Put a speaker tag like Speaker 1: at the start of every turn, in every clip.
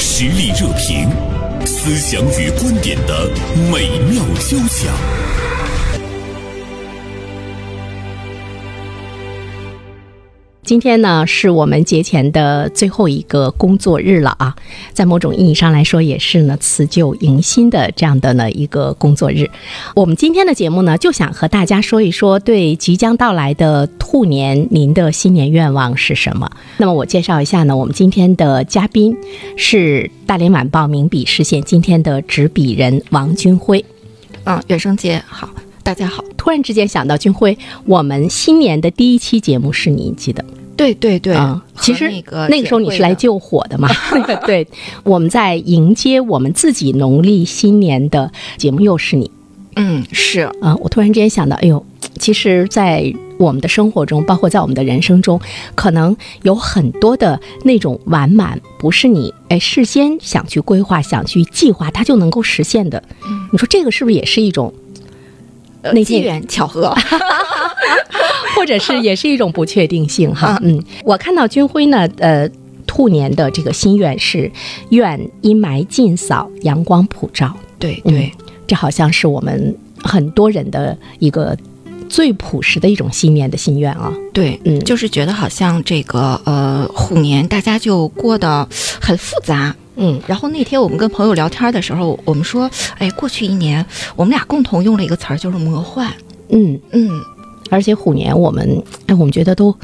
Speaker 1: 实力热评，思想与观点的美妙交响。
Speaker 2: 今天呢，是我们节前的最后一个工作日了啊，在某种意义上来说，也是呢辞旧迎新的这样的呢一个工作日。我们今天的节目呢，就想和大家说一说对即将到来的兔年，您的新年愿望是什么？那么我介绍一下呢，我们今天的嘉宾是《大连晚报》名笔视线今天的执笔人王军辉。
Speaker 3: 嗯，远生节好，大家好。
Speaker 2: 突然之间想到军辉，我们新年的第一期节目是你记得？
Speaker 3: 对对对，
Speaker 2: 啊，其
Speaker 3: 嗯和
Speaker 2: 实
Speaker 3: 那个
Speaker 2: 那个时候你是来
Speaker 3: 酒
Speaker 2: 救火的 嘛？ 那个对，我们在迎接我们自己农历新年的节目又是你
Speaker 3: 会的，嗯，是
Speaker 2: 啊！我突然之间想到，哎呦，其实，在我们的生活中，包括在我们的人生中，可能有很多的那种完满，不是你哎事先想去规划、想去计划，它就能够实现的。
Speaker 3: 嗯
Speaker 2: 你说这个是不是也是一种
Speaker 3: 呃
Speaker 2: 那
Speaker 3: 机
Speaker 2: 天
Speaker 3: 缘巧 合。
Speaker 2: 或者 是也是一种不确定性哈
Speaker 3: 啊。
Speaker 2: 嗯，我看到军辉呢，呃，兔年的这个心愿是愿阴霾尽扫，阳光普照。嗯
Speaker 3: 对对，
Speaker 2: 这好像是我们很多人的一个最朴实的一种新年的心愿啊。
Speaker 3: 对，
Speaker 2: 嗯
Speaker 3: 就是觉得好像这个呃虎年大家就过得很复杂。
Speaker 2: 嗯
Speaker 3: 然后那天我们跟朋友聊天的时候，我们说，哎，过去一年我们俩共同用了一个词儿，就是魔幻。
Speaker 2: 嗯，
Speaker 3: 嗯，
Speaker 2: 而且虎年我们，哎，我们觉得都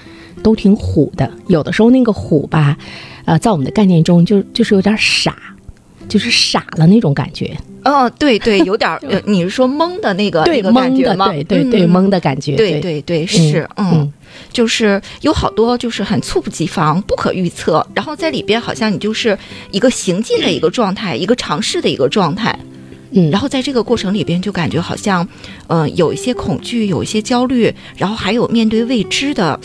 Speaker 2: 都挺虎的。有的时候那个虎吧，呃，在我们的概念中就就是有点傻，就是傻了那种感觉。
Speaker 3: 哦，对 对，有点儿，呃你是说懵的那个
Speaker 2: 对，
Speaker 3: 那个感
Speaker 2: 懵
Speaker 3: 觉
Speaker 2: 的，
Speaker 3: 吗？
Speaker 2: 对对对，
Speaker 3: 嗯
Speaker 2: 懵的感觉。
Speaker 3: 对对对，是，嗯
Speaker 2: 嗯，
Speaker 3: 就是有好多就是很猝不及防、不可预测，然后在里边好像你就是一个行进的一个状态，一个尝试的一个状态，
Speaker 2: 嗯，
Speaker 3: 然后在这个过程里边就感觉好像，呃，有一些恐惧，有一些焦虑，然后还有面对未知的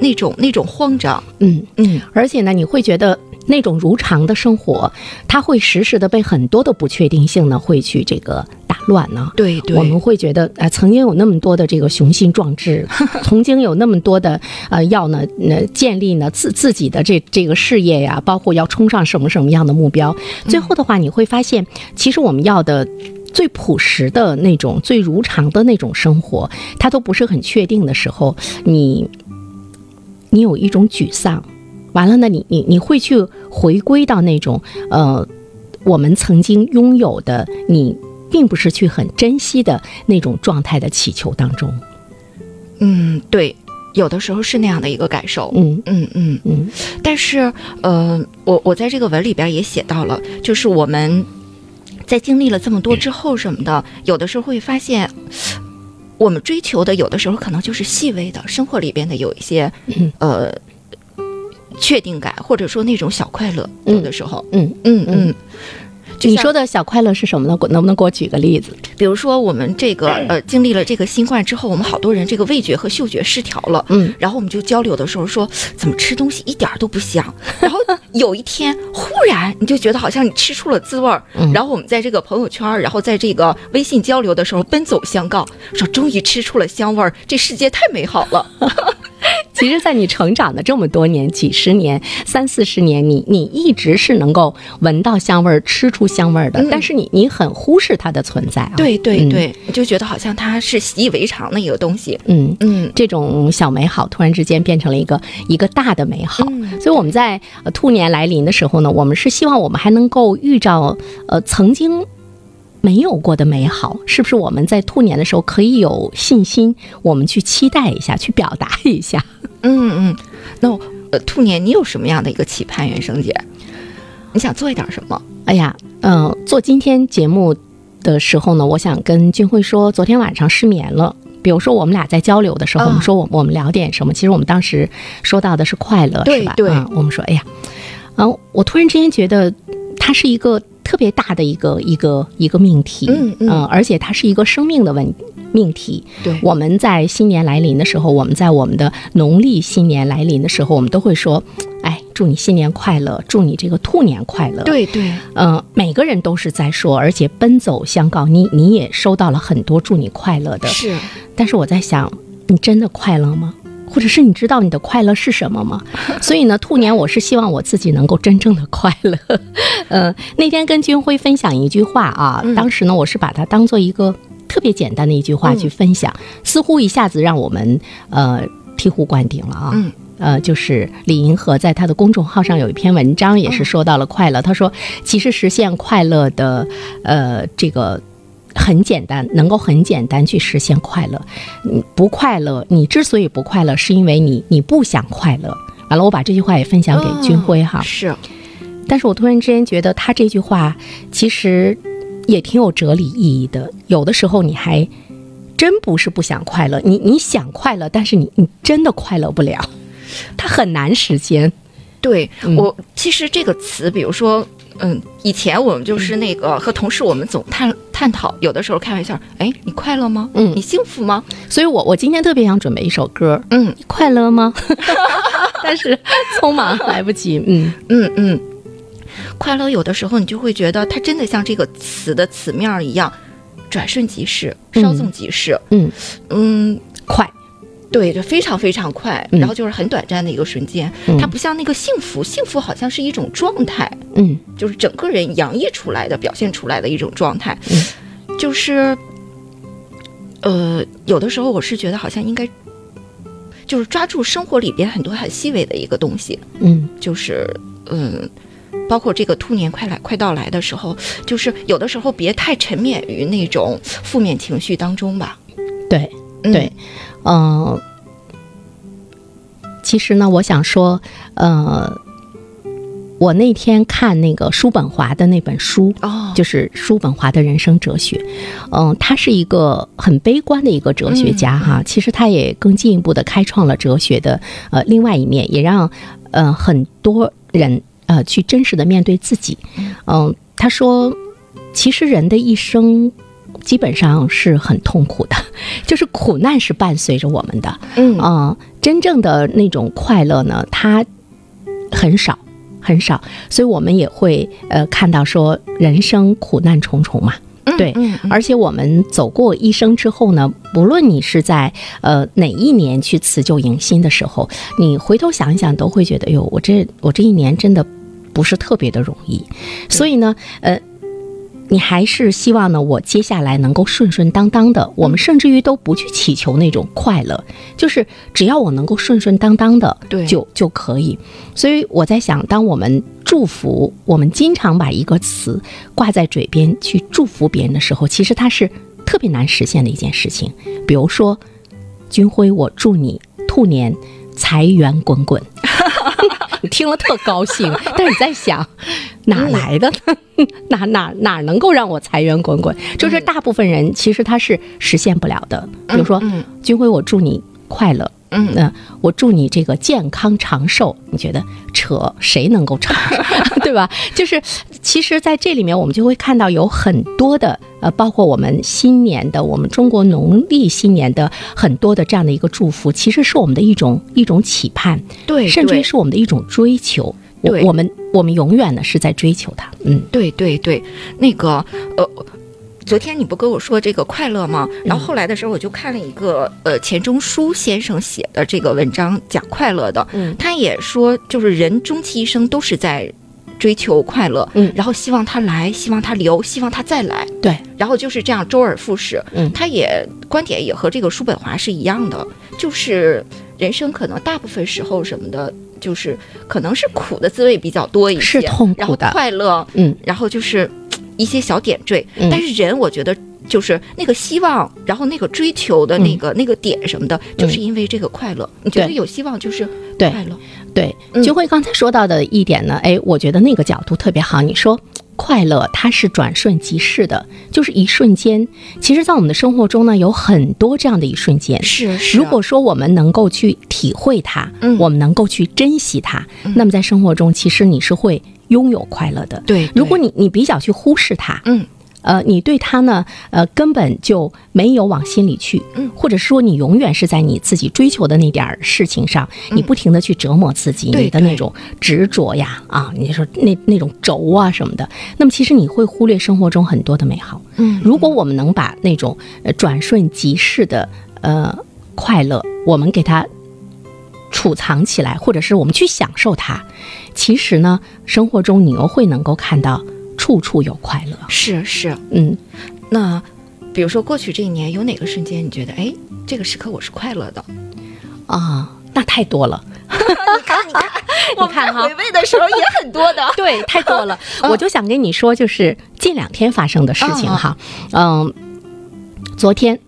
Speaker 3: 那种那种慌张，
Speaker 2: 嗯，
Speaker 3: 嗯，
Speaker 2: 而且呢，你会觉得那种如常的生活，它会时时的被很多的不确定性呢，会去这个打乱呢、
Speaker 3: 对对
Speaker 2: 我，们会觉得，呃，曾经有那么多的这个雄心壮志，曾经有那么多的，呃，要呢，呃，建立呢自自己的这这个事业呀，包括要冲上什么什么样的目标。最后的话，你会发现，其实我们要的最朴实的那种、最如常的那种生活，它都不是很确定的时候，你，你有一种沮丧。完了呢，你你你会去回归到那种，呃，我们曾经拥有的，你并不是去很珍惜的那种状态的祈求当中。
Speaker 3: 嗯，对，有的时候是那样的一个感受，
Speaker 2: 嗯
Speaker 3: 嗯嗯。
Speaker 2: 嗯
Speaker 3: 但是，呃，我我在这个文里边也写到了，就是我们在经历了这么多之后什么的，有的时候会发现， 我们追求的有的时候可能就是细微的生活里边的有一些
Speaker 2: 嗯
Speaker 3: 呃确定感，或者说那种小快乐，有的时候，
Speaker 2: 嗯，
Speaker 3: 嗯嗯。就
Speaker 2: 你
Speaker 3: 像
Speaker 2: 说的小快乐是什么呢？给能不能给我举个例子？
Speaker 3: 比如说我们这个
Speaker 2: 嗯
Speaker 3: 呃经历了这个新冠之后，我们好多人这个味觉和嗅觉失调了，
Speaker 2: 嗯，
Speaker 3: 然后我们就交流的时候说怎么吃东西一点儿都不 香，然后有一天忽然你就觉得好像你吃出了滋味儿，
Speaker 2: 嗯
Speaker 3: 然后我们在这个朋友圈儿，然后在这个微信交流的时候奔走相告，说终于吃出了香味儿，这世界太美好 了，
Speaker 2: 其实，在你成长的这么多年，几十年、三四十年，你你一直是能够闻到香味儿、吃出香味儿的，
Speaker 3: 嗯
Speaker 2: 但是你你很忽视它的存在啊。，
Speaker 3: 对对
Speaker 2: 嗯
Speaker 3: 对，你就觉得好像它是习以为常的一个东西，
Speaker 2: 嗯。
Speaker 3: 嗯。
Speaker 2: 这种小美好突然之间变成了一个一个大的美好，
Speaker 3: 嗯
Speaker 2: 所以我们在、呃、兔年来临的时候呢，我们是希望我们还能够遇到呃曾经没有过的美好，是不是？我们在兔年的时候可以有信心，我们去期待一下，去表达一下。
Speaker 3: 嗯嗯，那我呃，兔年你有什么样的一个期盼？袁生姐，你想做一点什么？
Speaker 2: 哎呀，嗯、做今天节目的时候呢，我想跟军辉说，昨天晚上失眠了。比如说，我们俩在交流的时候，
Speaker 3: 啊
Speaker 2: 我们说我我们聊点什么？其实我们当时说到的是快乐，
Speaker 3: 对
Speaker 2: 是吧？
Speaker 3: 对
Speaker 2: 啊，我们说，哎呀，啊，我突然之间觉得它是一个特别大的一个一个一个命题，
Speaker 3: 嗯嗯
Speaker 2: 呃而且它是一个生命的问命题。
Speaker 3: 对
Speaker 2: 我们在新年来临的时候，我们在我们的农历新年来临的时候，我们都会说，哎，祝你新年快乐，祝你这个兔年快乐。
Speaker 3: 对对，
Speaker 2: 呃，每个人都是在说，而且奔走相告。你你也收到了很多祝你快乐的，
Speaker 3: 是
Speaker 2: 但是我在想，你真的快乐吗？或者是你知道你的快乐是什么吗？ 所以呢，兔年我是希望我自己能够真正的快乐。呃，那天跟军辉分享一句话啊，当时呢，我是把它当做一个特别简单的一句话去分享，似乎一下子让我们呃醍醐灌顶了啊。
Speaker 3: 嗯
Speaker 2: 呃，就是李银河在他的公众号上有一篇文章，也是说到了快乐。他说，其实实现快乐的，呃，这个很简单，能够很简单去实现快乐。你不快乐，你之所以不快乐，是因为你你不想快乐。完了，我把这句话也分享给军辉哈。
Speaker 3: 是，
Speaker 2: 但是我突然之间觉得他这句话其实也挺有哲理意义的。有的时候你还真不是不想快乐，你你想快乐，但是你你真的快乐不了，它很难实现。
Speaker 3: 对、
Speaker 2: 嗯
Speaker 3: 我其实这个词，比如说，嗯，以前我们就是那
Speaker 2: 嗯
Speaker 3: 个、和同事我们总探探讨，有的时候开玩笑，哎，你快乐吗？
Speaker 2: 嗯
Speaker 3: 你幸福吗？
Speaker 2: 所以我我今天特别想准备一首歌，
Speaker 3: 嗯
Speaker 2: 你快乐吗？ 但是匆忙来不及，嗯
Speaker 3: 嗯嗯，快乐有的时候你就会觉得它真的像这个词的词面儿一样，转瞬即逝，稍纵即逝。
Speaker 2: 嗯，
Speaker 3: 嗯，
Speaker 2: 快，
Speaker 3: 对，这非常非常快，
Speaker 2: 嗯
Speaker 3: 然后就是很短暂的一个瞬间。它不像那个幸福，幸福好像是一种状态，
Speaker 2: 嗯
Speaker 3: 就是整个人洋溢出来的、表现出来的一种状态。
Speaker 2: 嗯
Speaker 3: 就是，呃，有的时候我是觉得好像应该，就是抓住生活里边很多很细微的一个东西，
Speaker 2: 嗯
Speaker 3: 就是嗯。包括这个兔年快来快到来的时候，就是有的时候别太沉湎于那种负面情绪当中吧。
Speaker 2: 对，
Speaker 3: 嗯
Speaker 2: 对，呃，其实呢，我想说，呃，我那天看那个叔本华的那本书，
Speaker 3: 哦，
Speaker 2: 就是叔本华的人生哲学，嗯、他是一个很悲观的一个哲学家哈。其实他也更进一步的开创了哲学的呃另外一面，也让呃很多人呃去真实的面对自己。嗯、他说，其实人的一生。基本上是很痛苦的， 就是苦难是伴随着我们的。
Speaker 3: 嗯
Speaker 2: 啊、真正的那种快乐呢，它很少很少，所以我们也会呃看到说人生苦难重重嘛。对，
Speaker 3: 嗯
Speaker 2: 而且我们走过一生之后呢，不论你是在呃哪一年去辞旧迎新的时候，你回头想一想，都会觉得，哟，我这我这一年真的不是特别的容易。所以呢，呃，你还是希望呢，我接下来能够顺顺当当的。我们甚至于都不去祈求那种快乐，就是只要我能够顺顺当当的，
Speaker 3: 对
Speaker 2: 就就可以。所以我在想，当我们祝福，我们经常把一个词挂在嘴边去祝福别人的时候，其实它是特别难实现的一件事情。比如说，军辉，我祝你兔年财源滚滚。你听了特高兴，但是你在想，哪来的呢？ 哪哪哪能够让我财源滚滚？就是大部分人其实他是实现不了的。比如说，军辉，我祝你快乐。
Speaker 3: 嗯
Speaker 2: 那、我祝你这个健康长寿。你觉得扯谁能够长寿， 对吧？就是其实，在这里面我们就会看到有很多的呃，包括我们新年的，我们中国农历新年的很多的这样的一个祝福，其实是我们的一种一种期盼。
Speaker 3: 对，
Speaker 2: 甚至
Speaker 3: 对
Speaker 2: 于是我们的一种追求。我
Speaker 3: 对
Speaker 2: 我们我们永远呢是在追求它。嗯
Speaker 3: 对对对，那个呃，昨天你不跟我说这个快乐吗？然后后来的时候，我就看了一个呃钱钟书先生写的这个文章，讲快乐的。
Speaker 2: 嗯
Speaker 3: 他也说，就是人终其一生都是在追求快乐，
Speaker 2: 嗯
Speaker 3: 然后希望他来，希望他留，希望他再来，
Speaker 2: 对，
Speaker 3: 然后就是这样周而复始。
Speaker 2: 嗯
Speaker 3: 他也观点也和这个叔本华是一样的，就是人生可能大部分时候什么的。就是可能是苦的滋味比较多一些，
Speaker 2: 是痛苦
Speaker 3: 然后
Speaker 2: 的
Speaker 3: 快乐，
Speaker 2: 嗯，
Speaker 3: 然后就是嘖一些小点缀。
Speaker 2: 嗯
Speaker 3: 但是人，我觉得就是那个希望，然后那个追求的那个、那个点什么的，就是因为这个快乐。你觉得
Speaker 2: 嗯对
Speaker 3: 有希望就是
Speaker 2: 对
Speaker 3: 快乐，
Speaker 2: 对
Speaker 3: 嗯，
Speaker 2: 就会刚才说到的一点呢，哎，我觉得那个角度特别好。你说快乐它是转瞬即逝的，就是一瞬间。其实，在我们的生活中呢，有很多这样的一瞬间。
Speaker 3: 是是。啊
Speaker 2: 如果说我们能够去体会它，
Speaker 3: 嗯
Speaker 2: 我们能够去珍惜它，那么在生活中，其实你是会拥有快乐的。
Speaker 3: 对，对
Speaker 2: 如果你你比较去忽视它，
Speaker 3: 嗯
Speaker 2: 呃，你对他呢，呃，根本就没有往心里去，
Speaker 3: 嗯
Speaker 2: 或者说你永远是在你自己追求的那点儿事情上，你不停的去折磨自己，
Speaker 3: 嗯对
Speaker 2: 你的那种执着呀，啊，你说那那种轴啊什么的，那么其实你会忽略生活中很多的美好。
Speaker 3: 嗯
Speaker 2: 如果我们能把那种呃转瞬即逝的呃快乐，我们给它储藏起来，或者是我们去享受它，其实呢，生活中你又会能够看到处处有快乐。
Speaker 3: 是是，
Speaker 2: 嗯，
Speaker 3: 那比如说过去这一年有哪个瞬间你觉得，哎，这个时刻我是快乐的？
Speaker 2: 啊，那太多了。
Speaker 3: 你看，你看，我们
Speaker 2: 看
Speaker 3: 在
Speaker 2: 哈。
Speaker 3: 回味的时候也很多的
Speaker 2: 对，太多了。
Speaker 3: 嗯
Speaker 2: 我就想跟你说，就是近两天发生的事情哈。嗯，昨天，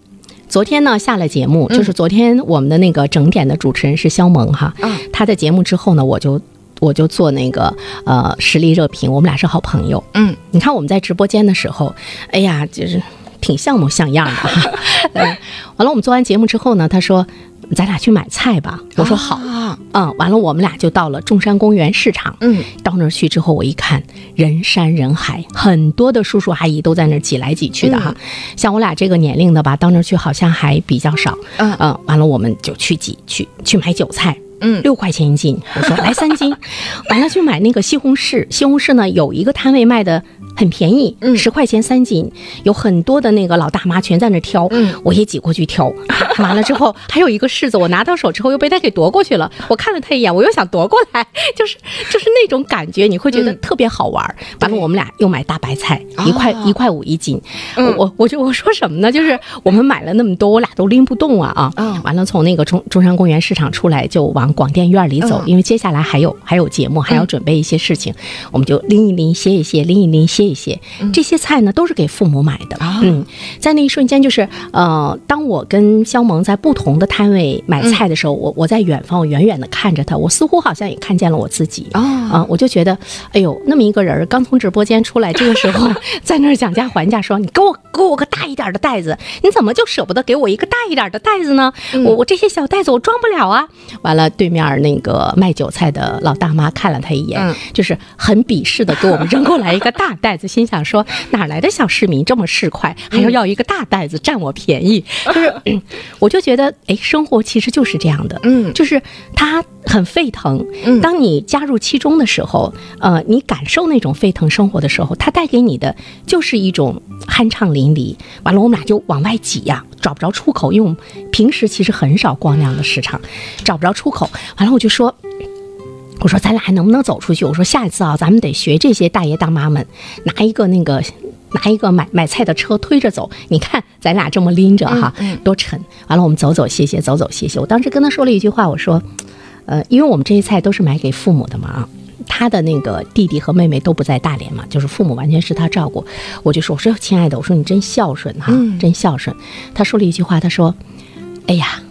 Speaker 2: 昨天呢下了节目，
Speaker 3: 嗯
Speaker 2: 就是昨天我们的那个整点的主持人是肖萌哈。
Speaker 3: 嗯
Speaker 2: 他的节目之后呢，我就我就做那个呃实力热评，我们俩是好朋友。
Speaker 3: 嗯，
Speaker 2: 你看我们在直播间的时候，哎呀，就是挺像模像样的 哈。嗯完了，我们做完节目之后呢，他说。咱俩去买菜吧，我说好，
Speaker 3: 啊，
Speaker 2: 嗯，完了我们俩就到了中山公园市场，
Speaker 3: 嗯，
Speaker 2: 到那儿去之后，我一看人山人海，很多的叔叔阿姨都在那儿挤来挤去的哈。像我俩这个年龄的吧，到那儿去好像还比较少。
Speaker 3: 嗯
Speaker 2: 呃完了我们就去挤去去买韭菜。
Speaker 3: 嗯
Speaker 2: 六块钱一斤，我说来三 斤，完了去买那个西红柿。西红柿呢有一个摊位卖的很便宜，
Speaker 3: 嗯
Speaker 2: 十块钱三斤，有很多的那个老大妈全在那儿挑，
Speaker 3: 嗯
Speaker 2: 我也挤过去 挑。完了之后还有一个柿子，我拿到手之后又被他给夺过去了。我看了他一眼，我又想夺过来，就是就是那种感觉，你会觉得
Speaker 3: 嗯
Speaker 2: 特别好玩儿。完了，
Speaker 3: 对
Speaker 2: 我们俩又买大白菜，一块
Speaker 3: 啊
Speaker 2: 一块五一斤。
Speaker 3: 嗯
Speaker 2: 我我就我说什么呢？就是我们买了那么多，我俩都拎不动啊啊！
Speaker 3: 嗯
Speaker 2: 完了，从那个中中山公园市场出来，就往广电院里走，
Speaker 3: 嗯
Speaker 2: 因为接下来还有还有节目，还要准备一些事情，我们就拎一拎，歇一歇，拎一拎，歇一歇。这些菜呢，都是给父母买的。
Speaker 3: 嗯啊
Speaker 2: 嗯，在那一瞬间，就是呃，当我跟肖萌在不同的摊位买
Speaker 3: 嗯
Speaker 2: 菜的时候，我我在远方，我远远的看着他，我似乎好像也看见了我自己。
Speaker 3: 啊，
Speaker 2: 啊，我就觉得，哎呦，那么一个人儿刚从直播间出来，这个时候在那儿讲价还价，说你给我给我个大一点儿的袋子，你怎么就舍不得给我一个大一点儿的袋子呢？我我这些小袋子我装不了啊。完了，对面儿那个卖韭菜的老大妈看了他一眼，
Speaker 3: 嗯
Speaker 2: 就是很鄙视的给我们扔过来一个大袋子，心想说哪来的小市民这么市侩，还要要一个大袋子占我便宜？就是， 嗯我就觉得，哎，生活其实就是这样的，
Speaker 3: 嗯
Speaker 2: 就是它很沸腾。
Speaker 3: 嗯
Speaker 2: 当你加入其中的时候，呃，你感受那种沸腾生活的时候，它带给你的就是一种酣畅淋漓。完了，我们俩就往外挤呀、找不着出口，因为我们平时其实很少逛那样的市场，找不着出口。完了，我就说。我说咱俩还能不能走出去？我说下一次啊，咱们得学这些大爷大妈们，拿一个那个，拿一个买买菜的车推着走。你看咱俩这么拎着哈，多沉！完了，我们走走歇歇，走走歇歇。我当时跟他说了一句话，我说，呃，因为我们这些菜都是买给父母的嘛啊。他的那个弟弟和妹妹都不在大连嘛，就是父母完全是他照顾。我就说，我说亲爱的，我说你真孝顺哈、真孝顺。他说了一句话，他说，哎呀，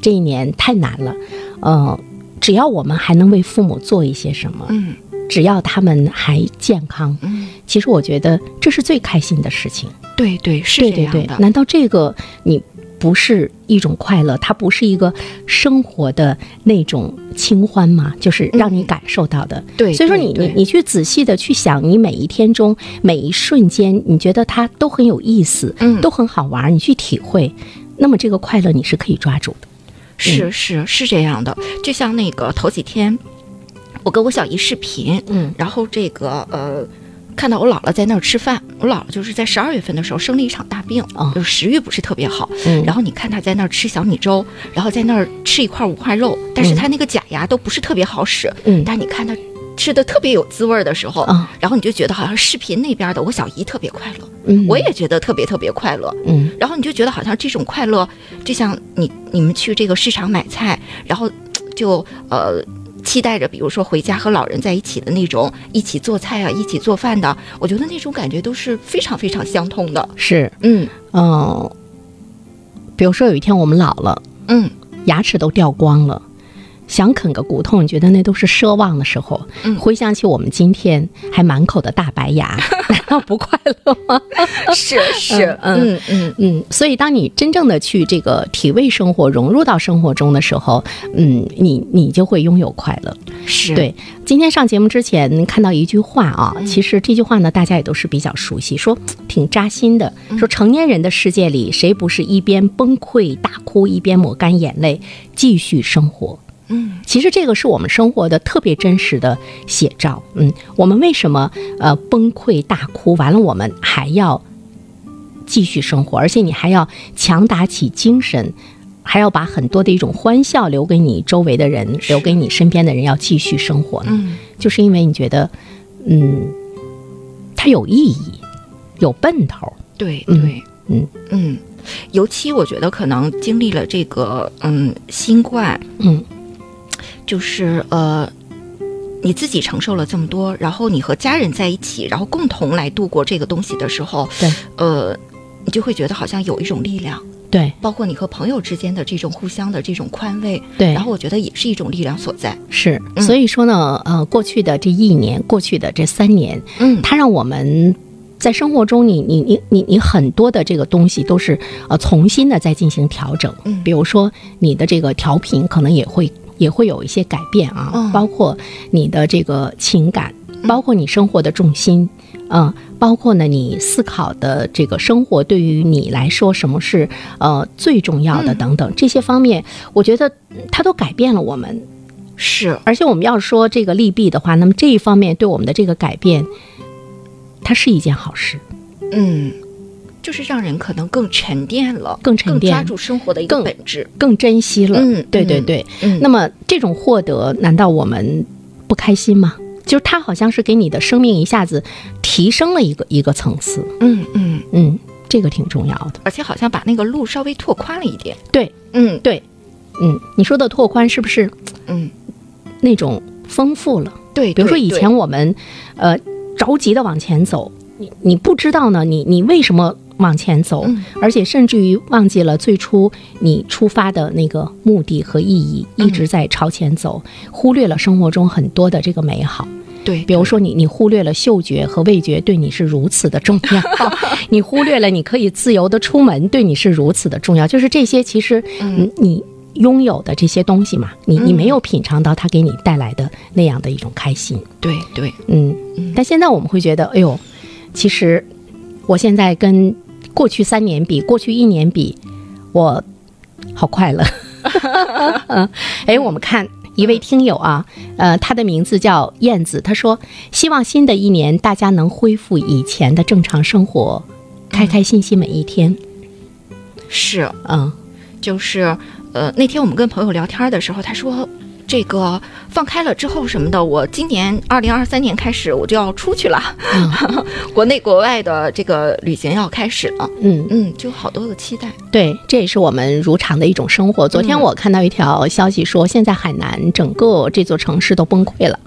Speaker 2: 这一年太难了，呃，只要我们还能为父母做一些什么，
Speaker 3: 嗯，
Speaker 2: 只要他们还健康，
Speaker 3: 嗯，
Speaker 2: 其实我觉得这是最开心的事情。
Speaker 3: 对对是
Speaker 2: 对
Speaker 3: 这
Speaker 2: 对
Speaker 3: 样
Speaker 2: 对
Speaker 3: 的，，
Speaker 2: 难道这个你不是一种快乐？它不是一个生活的那种清欢吗？就是让你感受到的。
Speaker 3: 嗯对
Speaker 2: 所以说
Speaker 3: 对
Speaker 2: 你
Speaker 3: 对
Speaker 2: 你你去仔细的去想，你每一天中每一瞬间，你觉得它都很有意思，
Speaker 3: 嗯
Speaker 2: 都很好玩，你去体会，那么这个快乐你是可以抓住的。嗯
Speaker 3: 是是是这样的，就像那个头几天，我跟我小姨视频，
Speaker 2: 嗯，
Speaker 3: 然后这个呃，看到我姥姥在那儿吃饭，我姥姥就是在十二月份的时候生了一场大病，
Speaker 2: 哦
Speaker 3: 就是食欲不是特别好，
Speaker 2: 嗯
Speaker 3: 然后你看她在那儿吃小米粥，然后在那儿吃一块五花肉，但是她那个假牙都不是特别好使，
Speaker 2: 嗯
Speaker 3: 但你看她吃的特别有滋味儿的时候，
Speaker 2: 啊
Speaker 3: 然后你就觉得好像视频那边的我小姨特别快乐，
Speaker 2: 嗯
Speaker 3: 我也觉得特别特别快乐，
Speaker 2: 嗯
Speaker 3: 然后你就觉得好像这种快乐，就像你你们去这个市场买菜，然后就呃期待着，比如说回家和老人在一起的那种一起做菜啊、一起做饭的，我觉得那种感觉都是非常非常相通的。
Speaker 2: 是
Speaker 3: 嗯
Speaker 2: 嗯、呃比如说有一天我们老了，
Speaker 3: 嗯
Speaker 2: 牙齿都掉光了，想啃个骨头，你觉得那都是奢望的时候。
Speaker 3: 嗯
Speaker 2: 回想起我们今天还满口的大白牙， 难道不快乐吗？
Speaker 3: 是是
Speaker 2: 嗯
Speaker 3: 嗯嗯
Speaker 2: 嗯，所以当你真正的去这个体味生活，融入到生活中的时候，嗯，你你就会拥有快乐。
Speaker 3: 是
Speaker 2: 对，今天上节目之前看到一句话啊，其实这句话呢，大家也都是比较熟悉，说嗯挺扎心的。说成年人的世界里，谁不是一边崩溃大哭，一边抹干眼泪，继续生活？
Speaker 3: 嗯
Speaker 2: 其实这个是我们生活的特别真实的写照。嗯，我们为什么呃崩溃大哭？完了，我们还要继续生活，而且你还要强打起精神，还要把很多的一种欢笑留给你周围的人，留给你身边的人，要继续生活呢？
Speaker 3: 嗯，
Speaker 2: 就是因为你觉得，嗯，它有意义，有奔头。
Speaker 3: 对
Speaker 2: 嗯
Speaker 3: 对，
Speaker 2: 嗯
Speaker 3: 嗯，尤其我觉得可能经历了这个嗯新冠，
Speaker 2: 嗯，
Speaker 3: 就是呃。你自己承受了这么多，然后你和家人在一起，然后共同来度过这个东西的时候，
Speaker 2: 对，
Speaker 3: 呃，你就会觉得好像有一种力量，
Speaker 2: 对
Speaker 3: 包括你和朋友之间的这种互相的这种宽慰，
Speaker 2: 对
Speaker 3: 然后我觉得也是一种力量所在。
Speaker 2: 是，
Speaker 3: 嗯
Speaker 2: 所以说呢，呃，过去的这一年，过去的这三年，
Speaker 3: 嗯，
Speaker 2: 它让我们在生活中你，你你你你很多的这个东西都是呃重新的在进行调整。
Speaker 3: 嗯
Speaker 2: 比如说你的这个调频可能也会也会有一些改变啊，
Speaker 3: 嗯
Speaker 2: 包括你的这个情感，包括你生活的重心，嗯、包括呢你思考的这个生活对于你来说什么是呃最重要
Speaker 3: 嗯
Speaker 2: 的等等、这些方面，我觉得它都改变了我们。
Speaker 3: 是，
Speaker 2: 而且我们要说这个利弊的话，那么这一方面对我们的这个改变，它是一件好事，
Speaker 3: 嗯，就是让人可能更沉淀了，
Speaker 2: 更沉淀
Speaker 3: 抓住生活的一个
Speaker 2: 更
Speaker 3: 本质。
Speaker 2: 更珍惜了。
Speaker 3: 嗯
Speaker 2: 对对
Speaker 3: 嗯
Speaker 2: 对。
Speaker 3: 嗯
Speaker 2: 那么这种获得，难道我们不开心吗？就是它好像是给你的生命一下子提升了一个一个层次，
Speaker 3: 嗯嗯，
Speaker 2: 嗯，这个挺重要的。
Speaker 3: 而且好像把那个路稍微拓宽了一点。
Speaker 2: 对
Speaker 3: 嗯
Speaker 2: 对，嗯，你说的拓宽是不是
Speaker 3: 嗯，
Speaker 2: 那种丰富了？
Speaker 3: 对。
Speaker 2: 比如说
Speaker 3: 对
Speaker 2: 以前我们，呃，着急的往前走，你你不知道呢，你你为什么往前走，
Speaker 3: 嗯
Speaker 2: 而且甚至于忘记了最初你出发的那个目的和意义，
Speaker 3: 嗯
Speaker 2: 一直在朝前走，忽略了生活中很多的这个美好。
Speaker 3: 对，
Speaker 2: 比如说你你忽略了嗅觉和味觉对你是如此的重 要，你忽略了你可以自由的出门对你是如此的重要，就是这些其实嗯你。拥有的这些东西嘛，你
Speaker 3: 嗯
Speaker 2: 你没有品尝到它给你带来的那样的一种开心，
Speaker 3: 对对，
Speaker 2: 嗯，但现在我们会觉得，哎呦，其实我现在跟过去三年比，过去一年比，我好快 乐。哎，我们看一位听友啊，呃，他的名字叫燕子，他说希望新的一年大家能恢复以前的正常生活，开开心心每一天。
Speaker 3: 是
Speaker 2: 嗯，
Speaker 3: 就是呃，那天我们跟朋友聊天的时候，他说。这个放开了之后什么的，我今年二零二三年开始我就要出去了， 国内国外的这个旅行要开始了，
Speaker 2: 嗯，
Speaker 3: 嗯，就好多的期待，
Speaker 2: 对，这也是我们如常的一种生活。昨天
Speaker 3: 嗯
Speaker 2: 我看到一条消息说，现在海南整个这座城市都崩溃 了。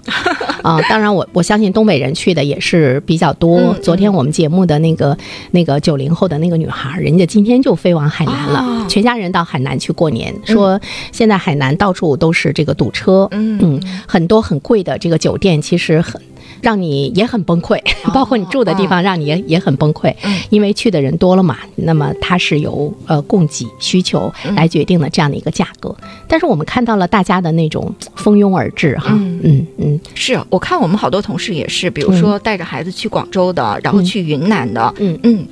Speaker 2: 啊，当然我我相信东北人去的也是比较多。
Speaker 3: 嗯
Speaker 2: 昨天我们节目的那个那个九零后的那个女孩儿，人家今天就飞往海南了，
Speaker 3: 哦
Speaker 2: 全家人到海南去过年，说现在海南到处都是这个堵车，
Speaker 3: 嗯
Speaker 2: 很多很贵的这个酒店其实很。让你也很崩溃，
Speaker 3: 哦
Speaker 2: 包括你住的地
Speaker 3: 嗯
Speaker 2: 方，让你也也很崩溃，因为去的人多了嘛。那么它是由呃供给需求
Speaker 3: 嗯
Speaker 2: 来决定的这样的一个价格。但是我们看到了大家的那种蜂拥而至哈，嗯嗯
Speaker 3: 是我看我们好多同事也是，比如说带着孩子去广州的，然后去云南的，
Speaker 2: 嗯
Speaker 3: 嗯，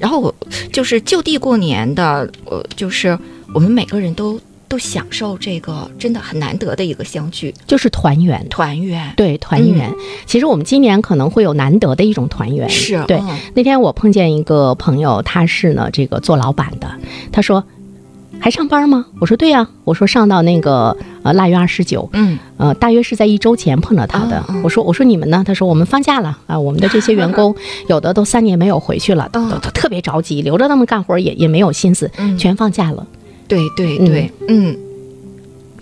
Speaker 3: 然后我就是就地过年的，呃，就是我们每个人都都享受这个真的很难得的一个相聚
Speaker 2: 就是团圆，
Speaker 3: 团圆，
Speaker 2: 对团圆。其实我们今年可能会有难得的一种团圆，
Speaker 3: 嗯是
Speaker 2: 对。
Speaker 3: 嗯
Speaker 2: 那天我碰见一个朋友，他是呢这个做老板的，他说还上班吗？我说对呀、我说上到那个呃腊月二十九，
Speaker 3: 嗯
Speaker 2: 呃，大约是在一周前碰到他的。
Speaker 3: 嗯嗯
Speaker 2: 我说我说你们呢？他说我们放假了啊，我们的这些员 工有的都三年没有回去了，都
Speaker 3: 嗯
Speaker 2: 都都特别着急，留着他们干活也也没有心思，
Speaker 3: 嗯
Speaker 2: 全放假了。
Speaker 3: 对对对，嗯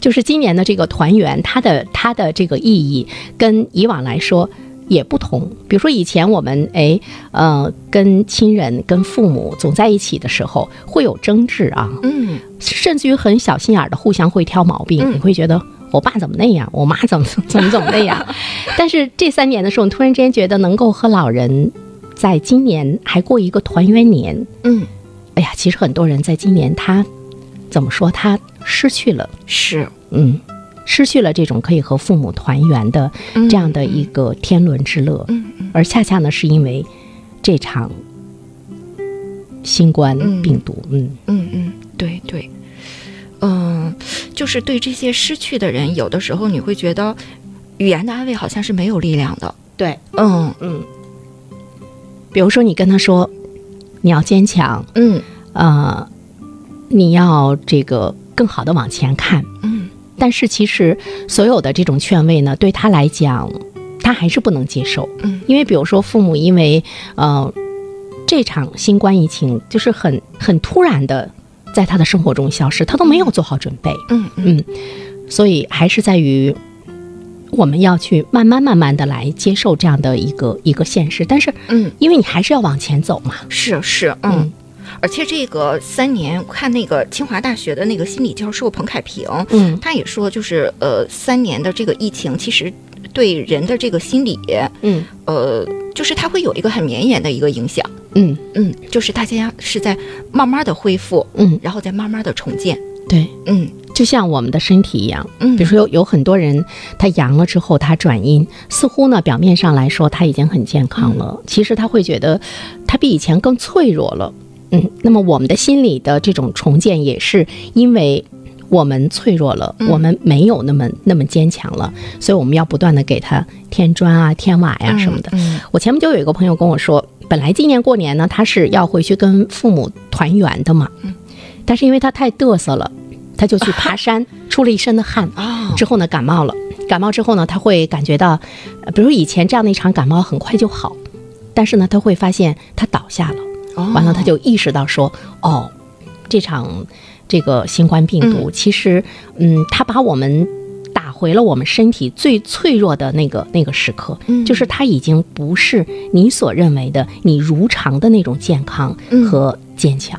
Speaker 2: 就是今年的这个团圆，它的它的这个意义跟以往来说。也不同，比如说以前我们哎，呃，跟亲人、跟父母总在一起的时候，会有争执啊，
Speaker 3: 嗯
Speaker 2: 甚至于很小心眼儿的互相会挑毛病，
Speaker 3: 嗯
Speaker 2: 你会觉得我爸怎么那样，我妈怎么怎么怎么那样。但是这三年的时候，你突然之间觉得能够和老人在今年还过一个团圆年，
Speaker 3: 嗯，
Speaker 2: 哎呀，其实很多人在今年他怎么说，他失去了
Speaker 3: 是
Speaker 2: 嗯。失去了这种可以和父母团圆的这样的一个天伦之乐，
Speaker 3: 嗯嗯
Speaker 2: 而恰恰呢，是因为这场新冠
Speaker 3: 嗯
Speaker 2: 病毒，嗯
Speaker 3: 嗯嗯，对对，嗯、就是对这些失去的人，有的时候你会觉得语言的安慰好像是没有力量的，
Speaker 2: 对，
Speaker 3: 嗯
Speaker 2: 嗯，比如说你跟他说你要坚强，
Speaker 3: 嗯
Speaker 2: 呃，你要这个更好的往前看。
Speaker 3: 嗯，
Speaker 2: 但是其实所有的这种劝慰呢，对他来讲，他还是不能接受。
Speaker 3: 嗯，
Speaker 2: 因为比如说父母因为呃这场新冠疫情就是很很突然的在他的生活中消失，他都没有做好准备，
Speaker 3: 嗯嗯
Speaker 2: 所以还是在于。我们要去慢慢慢慢的来接受这样的一个一个现实，但是
Speaker 3: 嗯，
Speaker 2: 因为你还是要往前走嘛，
Speaker 3: 是是，嗯。而且这个三年，看那个清华大学的那个心理教授彭凯平，
Speaker 2: 嗯
Speaker 3: 他也说，就是呃，三年的这个疫情，其实对人的这个心理，
Speaker 2: 嗯
Speaker 3: 呃，就是它会有一个很绵延的一个影响。
Speaker 2: 嗯
Speaker 3: 嗯，就是大家是在慢慢的恢复，
Speaker 2: 嗯，
Speaker 3: 然后再慢慢的重建。
Speaker 2: 对，
Speaker 3: 嗯
Speaker 2: 就像我们的身体一样，
Speaker 3: 嗯，
Speaker 2: 比如说有有很多人他阳了之后他转阴，似乎呢表面上来说他已经很健康
Speaker 3: 嗯
Speaker 2: 了，其实他会觉得他比以前更脆弱了。嗯，那么我们的心理的这种重建也是因为。我们脆弱了，
Speaker 3: 嗯
Speaker 2: 我们没有那么那么坚强了，所以我们要不断的给他添砖啊、添瓦呀、什么的。
Speaker 3: 嗯
Speaker 2: 我前不久有一个朋友跟我说，本来今年过年呢，他是要回去跟父母团圆的嘛，
Speaker 3: 嗯
Speaker 2: 但是因为他太嘚瑟了，他就去爬 山，出了一身的汗，
Speaker 3: 啊，
Speaker 2: 之后呢感冒了。感冒之后呢，他会感觉到，呃比如以前这样的一场感冒很快就好，但是呢，他会发现他倒下了。
Speaker 3: 哦
Speaker 2: 完了他就意识到说，哦，这场这个新冠病毒、其实，嗯，它把我们打回了我们身体最脆弱的那个那个时刻，
Speaker 3: 嗯
Speaker 2: 就是它已经不是你所认为的你如常的那种健康
Speaker 3: 嗯
Speaker 2: 和坚强。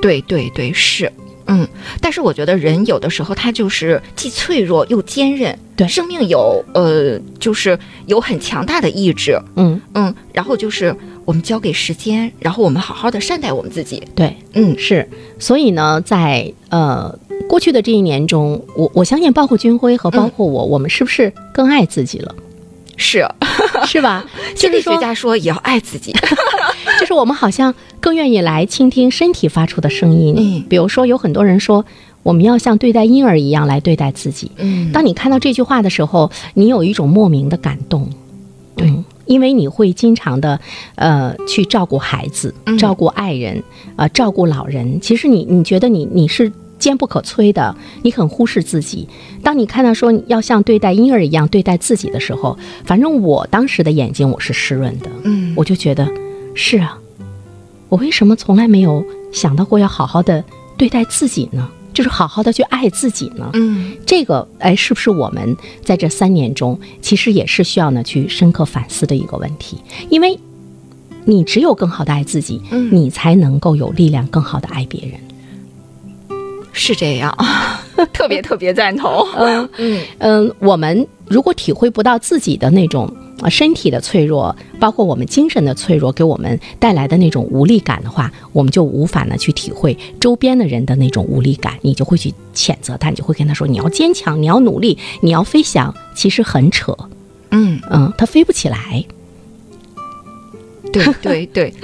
Speaker 3: 对对对，是。嗯，但是我觉得人有的时候他就是既脆弱又坚韧，
Speaker 2: 对
Speaker 3: 生命有呃，就是有很强大的意志，
Speaker 2: 嗯，
Speaker 3: 嗯，然后就是我们交给时间，然后我们好好的善待我们自己，
Speaker 2: 对，
Speaker 3: 嗯
Speaker 2: 是。所以呢，在呃过去的这一年中，我我相信包括军辉和
Speaker 3: 嗯
Speaker 2: 包括我，我们是不是更爱自己 了？
Speaker 3: 是，啊
Speaker 2: 是吧？就
Speaker 3: 心
Speaker 2: 是
Speaker 3: 理学
Speaker 2: 说，
Speaker 3: 家说也要爱 自己，
Speaker 2: 就是我们好像更愿意来倾听身体发出的声音。
Speaker 3: 嗯
Speaker 2: 比如说有很多人说，我们要像对待婴儿一样来对待自己。
Speaker 3: 嗯，
Speaker 2: 当你看到这句话的时候，你有一种莫名的感动，对，因为你会经常的，呃，去照顾孩子，
Speaker 3: 嗯
Speaker 2: 照顾爱人，啊、照顾老人。其实你你觉得你你是坚不可摧的，你很忽视自己。当你看到说你要像对待婴儿一样对待自己的时候，反正我当时的眼睛我是湿润的，
Speaker 3: 嗯
Speaker 2: 我就觉得是啊，我为什么从来没有想到过要好好的对待自己呢？就是好好的去爱自己呢？
Speaker 3: 嗯
Speaker 2: 这个哎，是不是我们在这三年中，其实也是需要呢去深刻反思的一个问题？因为，你只有更好的爱自己，
Speaker 3: 嗯
Speaker 2: 你才能够有力量更好的爱别人。
Speaker 3: 是这 样，特别特别赞同，嗯
Speaker 2: 嗯，我们如果体会不到自己的那种啊身体的脆弱，包括我们精神的脆弱给我们带来的那种无力感的话，我们就无法呢去体会周边的人的那种无力感，你就会去谴责他，你就会跟他说你要坚强，你要努力，你要飞翔，其实很扯，
Speaker 3: 嗯，
Speaker 2: 嗯，他飞不起来。
Speaker 3: 对对对，